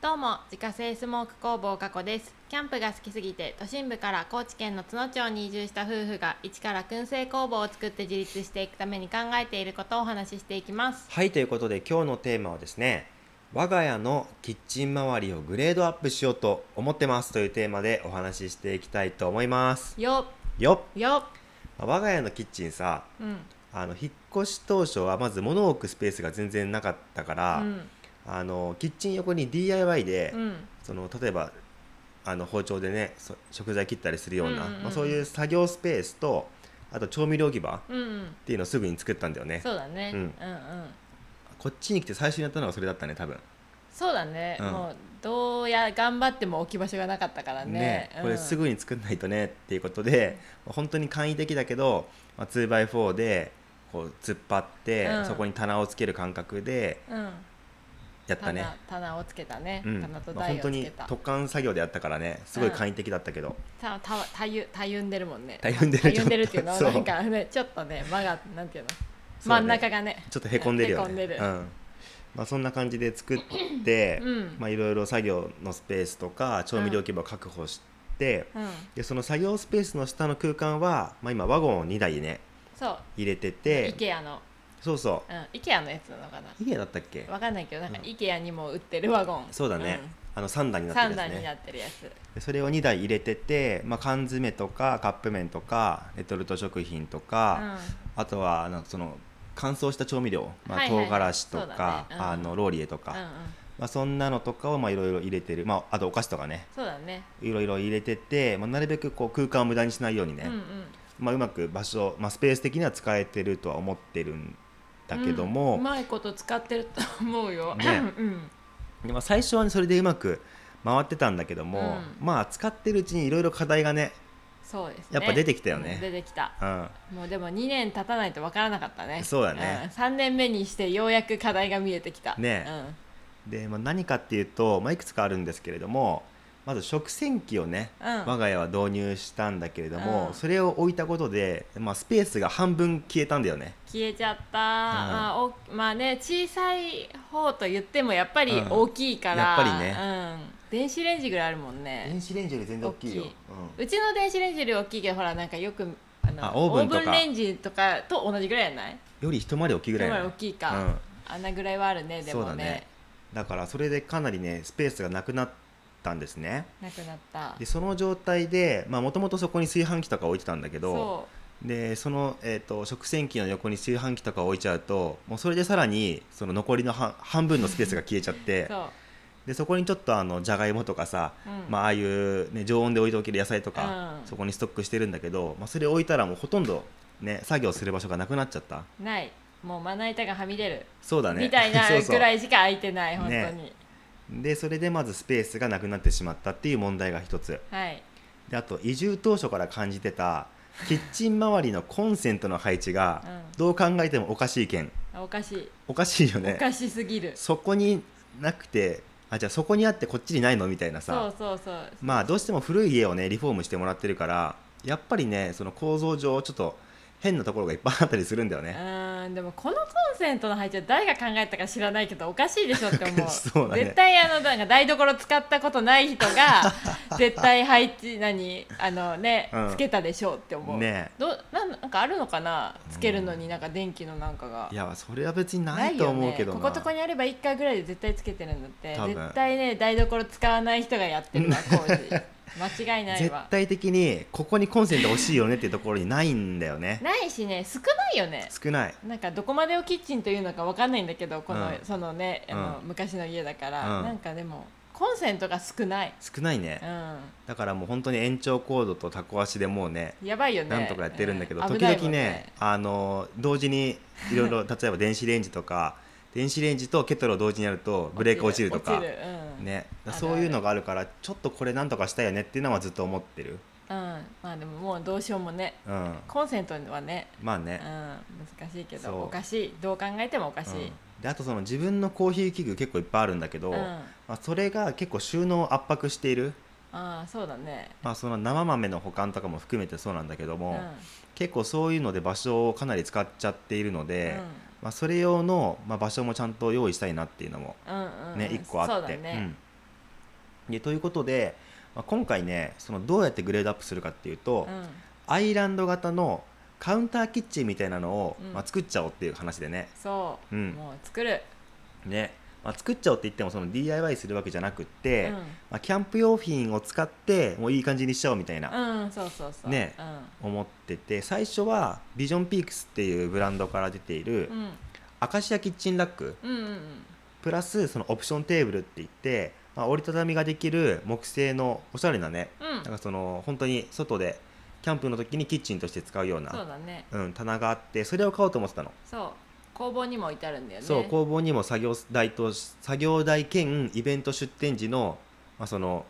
どうも自家製スモーク工房加古ですキャンプが好きすぎて都心部から高知県の津野町に移住した夫婦が一から燻製工房を作って自立していくために考えていることをお話ししていきますはいということで今日のテーマはですね我が家のキッチン周りをグレードアップしようと思ってますというテーマでお話ししていきたいと思いますよよっよ我が家のキッチンさうんあの引っ越し当初はまず物を置くスペースが全然なかったから、うんあのキッチン横に DIY で、うんその例えばあの包丁でねそ食材切ったりするような、うんうんうんまあ、そういう作業スペースとあと調味料置き場っうんうんていうのをすぐに作ったんだよねそうだね、うんうんうんこっちに来て最初にやったのはそれだったね多分そうだね、うんもうどうや頑張っても置き場所がなかったからねねこれすうんぐに作んないとねっていうことで、本当に簡易的だけど、まあ、2x4 でこう突っ張って、うんそこに棚をつける感覚でうんやったね棚棚をつけたね、うん棚とまあ、台本を当つけにた、突貫作業でやったからねすごい簡易的だっ たけど、たたたゆたゆんでるもんねたゆんでるたゆんでるっていうのはちょなっとんかねちょっとね間がなんていうのそう真ねん中がねちょっとへこんでるよへこんねでるうんまあ、そんな感じで作って、うんまあ、いろいろ作業のスペースとか調味料規模を確保して、うんでその作業スペースの下の空間は、まあ、今ワゴンを2台ねそう入れて IKEA てのそうそううん IKEA のやつなのかなイケアだったっけわかんないけどなんかうん IKEA にも売ってるワゴンそうだね、あの3段にうんなって三る段やつになねってるやつでそれを2台入れてて、まあ、缶詰とかカップ麺とかレトルト食品とか、あとはあのその乾燥した調味料、まあはいはい唐辛子とそうだか、ねうんあのローリエとうか、んうんうんまあ、そんなのとかをまあいろいろ入れてる、まあ、あとお菓子とかねそうだねいろいろ入れてて、まあ、なるべくこう空間を無駄にしないようにね、うんうんまあ、うまく場所、まあ、スペース的には使えてるとは思ってるんだけども、うんうまいこと使ってると思うよねうんでまあ、最初はねそれでうまく回ってたんだけども、うまあ使ってるうちにいろいろ課題がね、そうですねやっぱ出てきたよねうん出てきたうん、もうでも2年経たないとわからなかったねそうだねん、3年目にしてようやく課題が見えてきたねで、まあ、何かっていうと、まあ、いくつかあるんですけれどもまず食洗機をね、うん我が家は導入したんだけれども、うんそれを置いたことで、まあ、スペースが半分消えたんだよね消えちゃった、まあ、おまあね小さい方と言ってもやっぱり大きいから、うんやっぱうん、り電子レンジぐらいあるもんね電子レンジより全然大きいよ大きいうんうちの電子レンジより大きいけどほらなんかよくあのあオーブンとかレンジとかと同じぐらいじゃないうん、より一回り大きいぐらいそなののぐ大きいか、うんあんなぐらいはあるねでそうもだねねだからそれでかなりねスペースがなくなったんですねなくなったでその状態でもともとそこに炊飯器とか置いてたんだけどそうでその、えー、と食洗機の横に炊飯器とか置いちゃうともうそれでさらにその残りの半半分のスペースが消えちゃってそうでそこにちょっとあのじゃがいもとかさ、うんまあ、ああいう、ね、常温で置いておける野菜とか、うんそこにストックしてるんだけど、まあ、それ置いたらもうほとんど、ね、作業する場所がなくなっちゃったないもうまな板がはみ出る、そうだねみたいな そうそうぐらいしか空いてない本当に、ねでそれでまずスペースがなくなってしまったっていう問題が一つはいであと移住当初から感じてたキッチン周りのコンセントの配置がうんどう考えてもおかしいけんあおかしいおかしいよねおかしすぎるそこになくてあじゃあそこにあってこっちにないのみたいなそさうそうそうまあどうしても古い家をねリフォームしてもらってるからやっぱりねその構造上ちょっと変なところがいっぱいあったりするんだようねーんでもこのコンセントの配置は誰が考えたか知らないけどおかしいでしょって思う そうだね絶対あのなんか台所使ったことない人 が絶対配置何あのね、うんつけたでしょうって思うねどうなんなんかあるのかなつけるのになんか電気のなんかがいやそれは別にないと思うけどなよないね、こことこにあれば1回ぐらいで絶対つけてるんだって多分絶対ね台所使わない人がやってるわ工事 間違いない絶わ対的にここにコンセント欲しいよねっていうところにないんだよねないしね少ないよね少ないなんかどこまでをキッチンというのかわかんないんだけどこの、うんそのねあの、う昔の家だから、うんなんかでもコンセントが少ない、少ないね、うだからもう本当に延長コードとタコ足でもうねん、やばいよねなんとかやってるんだけど、う時危ない々もねんあの同時にいろ いろ例えば電子レンジとか電子レンジとケトルを同時にやるとブレーク落ちるとか落ちるうんね、あるあるそういうのがあるからちょっとこれなんとかしたいよねっていうのはずっと思ってる、うんまあでももうどうしようもねうん、コンセントはね、まあうん、ね、難しいけそどうおかしいどう考えてもおかしい、うんであとその自分のコーヒー器具結構いっぱいあるんだけど、うんまあ、それが結構収納を圧迫している、ああそうだねまあ、その生豆の保管とかも含めてそうなんだけどうも、ん結構そういうので場所をかなり使っちゃっているのうで、んまあ、それ用の、まあ、場所もちゃんと用意したいなっていうのもうんうんね、一個あって、そうだね、でということで、まあ、今回ねそのどうやってグレードアップするかっていうと、うんアイランド型のカウンターキッチンみたいなのを、うんまあ、作っちゃおうっていう話でねそう、うんもう作る、ね、まあ、作っちゃおうって言ってもその DIY するわけじゃなくって、うんまあ、キャンプ用品を使ってもういい感じにしちゃおうみたいな、うんそうそうそうね思ってて最初はビジョンピークスっていうブランドから出ている、うん、うんアカシアキッチンラックうんうんうんプラスそのオプションテーブルって言って、まあ、折りたたみができる木製のおしゃれなねうんなんかその本当に外でキャンプの時にキッチンとして使うようそうなだねう、ん、棚があってそれを買おうと思ってたの、そう工房にも置いてあるんだよねそう工房にも作業台と作業台兼イベント出店時の,、まあその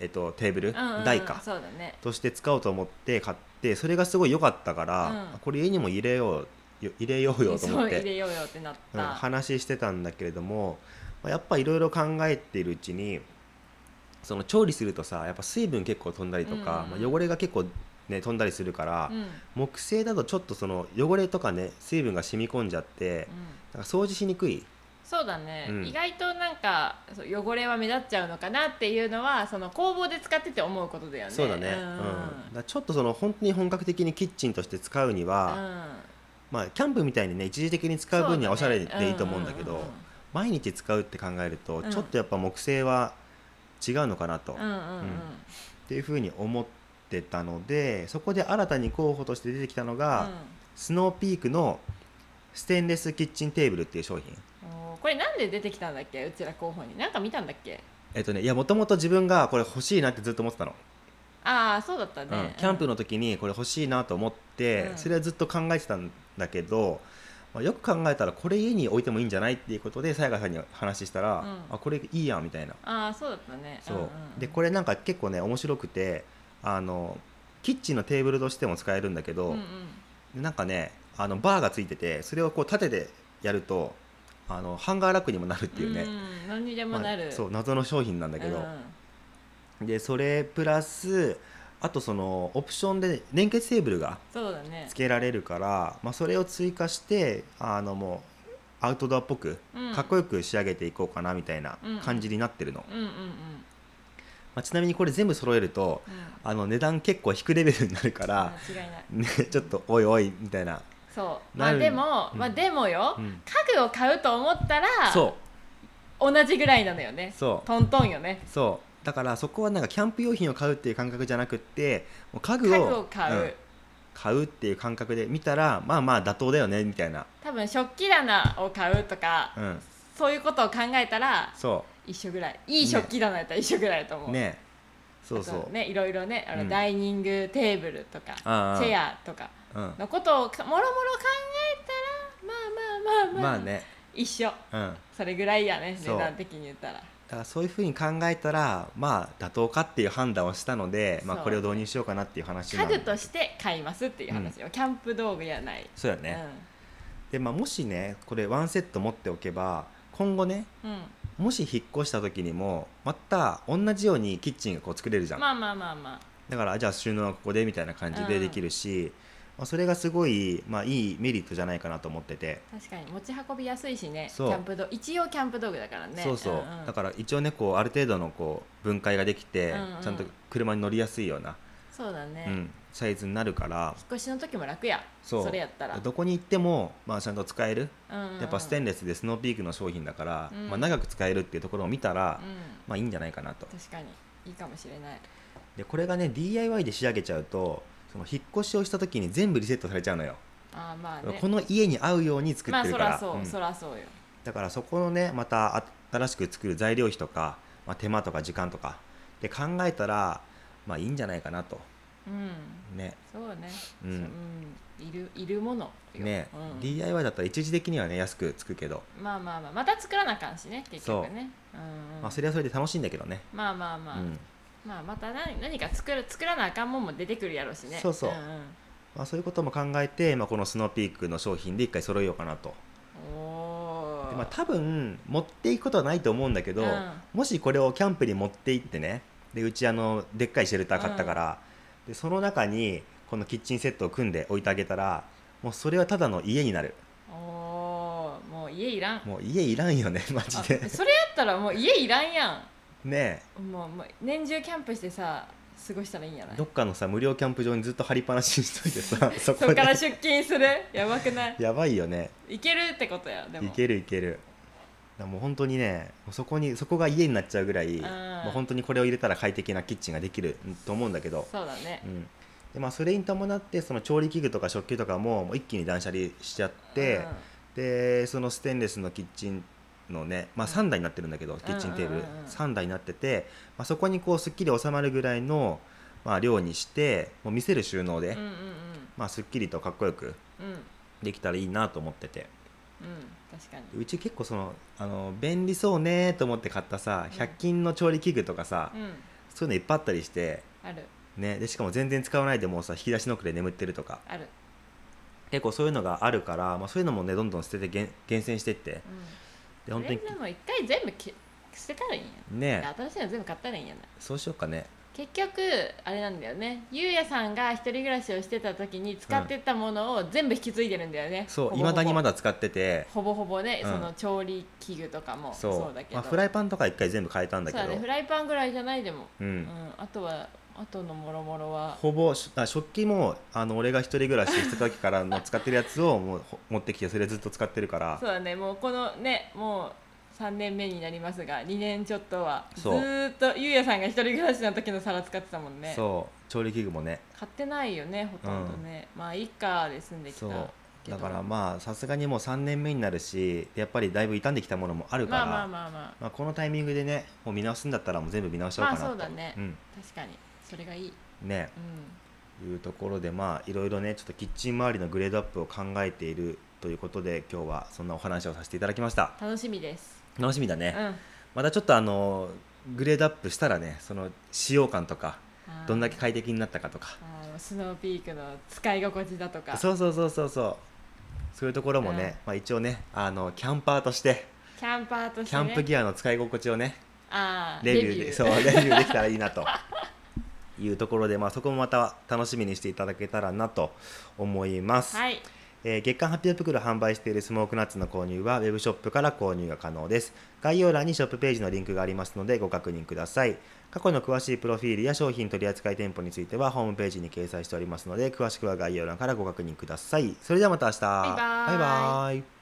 えっとテーブル、うんうんうん台かそうだねとして使おうと思って買ってそれがすごい良かったから、うんこれ家にも入れようよ入れようよとそう思っ入て、れようよってなっうん、た、話してたんだけれどもまあやっぱいろいろ考えているうちにその調理するとさやっぱ水分結構飛んだりとか、うんうんまあ、汚れが結構、ね、飛んだりするから、うんうん木製だとちょっとその汚れとかね水分が染み込んじゃって、なんか掃除しにくいそうだね、うん意外となんかそう汚れは目立っちゃうのかなっていうのはその工房で使ってて思うことだよねそうだね、ううんんだからちょっとその本当に本格的にキッチンとして使うには、うんまあ、キャンプみたいにね一時的に使う分にはおしゃれでいいと思うんだけど、そう毎日使うって考えると、うんちょっとやっぱ木製は違うのかなと、だねうんうんうんうんうんうんっていうふうに思ってたのでそこで新たに候補として出てきたのが、スノーピークのステンレスキッチンテーブルっていう商品うんおーこれなんで出てきたんだっけうちら候補になんか見たんだっけえっとねいやもともと自分がこれ欲しいなってずっと思ってたの、ああそうだったね、うん、キャンプのの時にこれ欲しいなと思って、うんそれはずっと考えてたんだけど、まあ、よく考えたらこれ家に置いてもいいんじゃないっていうことでさやかさんに話したら、うんあこれいいやんみたいなああそうだったねそう、んんんでこれなんか結構ね面白くてあのキッチンのテーブルとしても使えるんだけうど、んうんなんかねあのバーがついててそれをこう縦でやるとあのハンガーラックにもなるっていうね、ん何にでもまあなる、そう謎の商品なんだけどう、んでそれプラスあとそのオプションで連結テーブルがそうだねつけられるから、まあ、それを追加してあのもうアウトドアっぽくうんかっこよく仕上げていこうかなみたいなうん感じになってるの、うんうんうんまあ、ちなみにこれ全部揃えるとうんあの値段結構引くレベルになるから、間違いないね、ちょっとおいおいみたいな、そうまなあるでも、うんまあでもよ、うん家具を買うと思ったらそう同じぐらいなのよねそうトントンよねそうだからそこはなんかキャンプ用品を買うっていう感覚じゃなくってもう家家具を具を買う、うん買うっていう感覚で見たらまあまあ妥当だよねみたいな、多分食器棚を買うとか、うん、そういうことを考えたらそ一緒ぐらいいい食器棚やったら一緒ぐらいだと思うう、ねそうあそとねいろいろねあの、うんダイニングテーブルとかああチェアとかう、うん、のことをかもろもろ考えたらまあまあまあまあまあね、一緒うん、だそれぐらいやねそう値段的に言ったらからそういうふうに考えたらまあ妥当かっていう判断をしたので、まあ、そうこれを導入しようかなっていう話家なん具として買いますっていう話よ、キャンプ道具やない、そうやね、でまあ、もしねこれワンセット持っておけば今後ねうん、うん、もし引っ越した時にもまた同じようにキッチンがこう作れるじゃん、まあまあまあまだからじゃあ収納はここでみたいな感じでできるし、まあ、それがすごい、まあ、いいメリットじゃないかなと思ってて、あ確かに持ち運びやすいしねキそうャンプ道一応キャンプ道具だからねそうそう、んんだから一応ねこうある程度のこう分解ができて、うんうんちゃんと車に乗りやすいような、そうだね、う引っん、サイズになるから越しの時も楽やそうれやったら、どこに行っても、まあ、ちゃんと使える、うんうんやっぱステンレスでスノーピークの商品だから、うんまあ、長く使えるっていうところを見たら、うまあいいんじゃないかなとん確かにいいかもしれないでこれがね DIY で仕上げちゃうとその引っ越しをした時に全部リセットされちゃうのよ、あーまあねこの家に合うように作まっあてるそから、らそう、うんそらそうよだからそこのねまたあ新しく作る材料費とか、まあ、手間とか時間とかで考えたらまあいいんじゃないかなとうんねそうねうそうんうんいるいるものよね、うん DIY だったら一時的にはね安くつくけど、まあまあまあまた作らなあかんしね結局ねうんうんまあ、それはそれで楽しいんだけどね、まあまあまあ、うんまあまた何何か作る作らなあかんもんも出てくるやろうしねそうそうんんまあ、そういうことも考えて、まあ、このスノーピークの商品で一回揃えようかなとおーでまあ、多分持っていくことはないと思うんだけど、うんもしこれをキャンプに持って行ってねでうちあのでっかいシェルター買ったから、でその中にこのキッチンセットを組んで置いてあげたらもうそれはただの家になるおーもう家いらんもう家いらんよね マジであそれやったらもう家いらんやんねもうもう年中キャンプしてさ過ごしたらいいんじゃなえいどっかのさ無料キャンプ場にずっと張りっぱなしにしといてさ そそここでから出勤するやばくないやばいよねいけるってことやでもいけるいけるだからもう本当にねもうそこにそこが家になっちゃうぐらいんもう本当にこれを入れたら快適なキッチンができると思うんだけどそうだねうんでまあ、それに伴ってその調理器具とか食器とかももう一気に断捨離しちゃって、でそのステンレスのキッチンのね、まあ、3台になってるんだけど、キッチンテーブルうんうんうん3台になってて、まあ、そこにこうすっきり収まるぐらいの、まあ、量にしてもう見せる収納で、うんうんうんまあ、すっきりとかっこよくうんうんうんできたらいいなと思ってて確かにうち結構そのあの便利そうねと思って買ったさうん100均の調理器具とかさ、うんそういうのいっぱいあったりして、あるね、でしかも全然使わないでもうさ引き出しの奥で眠ってるとかある結構そういうのがあるから、まあ、そういうのもねどんどん捨てて厳厳選してってでうん本当にそれでも一回全部き捨てたらいいんやねで新しいの全部買ったらいいんやなそうしようかね結局あれなんだよねゆうやさんが一人暮らしをしてた時に使ってたものを全部引き継いでるんだよね、そういまだにまだ使っててほぼほぼね、うんその調理器具とかもそうそうだけど、まあ、フライパンとか一回全部変えたんだけそうどだねフライパンぐらいじゃないでも、ううんん、あとはあとのもろもろはほぼしあ食器もあの俺が一人暮らししてた時からの使ってるやつをもうほ持ってきてそれずっと使ってるからそうだねもうこのねもう3年目になりますが2年ちょっとはずそうーっとゆうやさんが一人暮らしの時の皿使ってたもんねそう調理器具もね買ってないよねほとんどね、まあいいかで済んできたそうけどだからまあさすがにもう3年目になるしやっぱりだいぶ傷んできたものもあるから、まあまあまあまあまあこのタイミングでねもう見直すんだったらもう全部見直しちゃおうかなと、まあそうだねうん確かにそれがいい、ねういうところでまあいろいろねちょっとキッチン周りのグレードアップを考えているということで今日はそんなお話をさせていただきましたん、楽しみです、楽しみだうね、ん、またちょっとあのグレードアップしたらねその使用感とかどんだけ快適になったかとかあースノーピークの使い心地だとかそうそうそうそうそうそういうところもね、うんまあ、一応ねあのキャンパーとしてキャンパーとしキて、ね、ャンプギアの使い心地をねあーレビューでそうレビューできたらいいなと いうところで、まあ、そこもまた楽しみにしていただけたらなと思います。はいえー月間800袋販売しているスモークナッツの購入はウェブショップから購入が可能です概要欄にショップページのリンクがありますのでご確認ください過去の詳しいプロフィールや商品取扱店舗についてはホームページに掲載しておりますので詳しくは概要欄からご確認くださいそれではまた明日バイバーイバイバーイ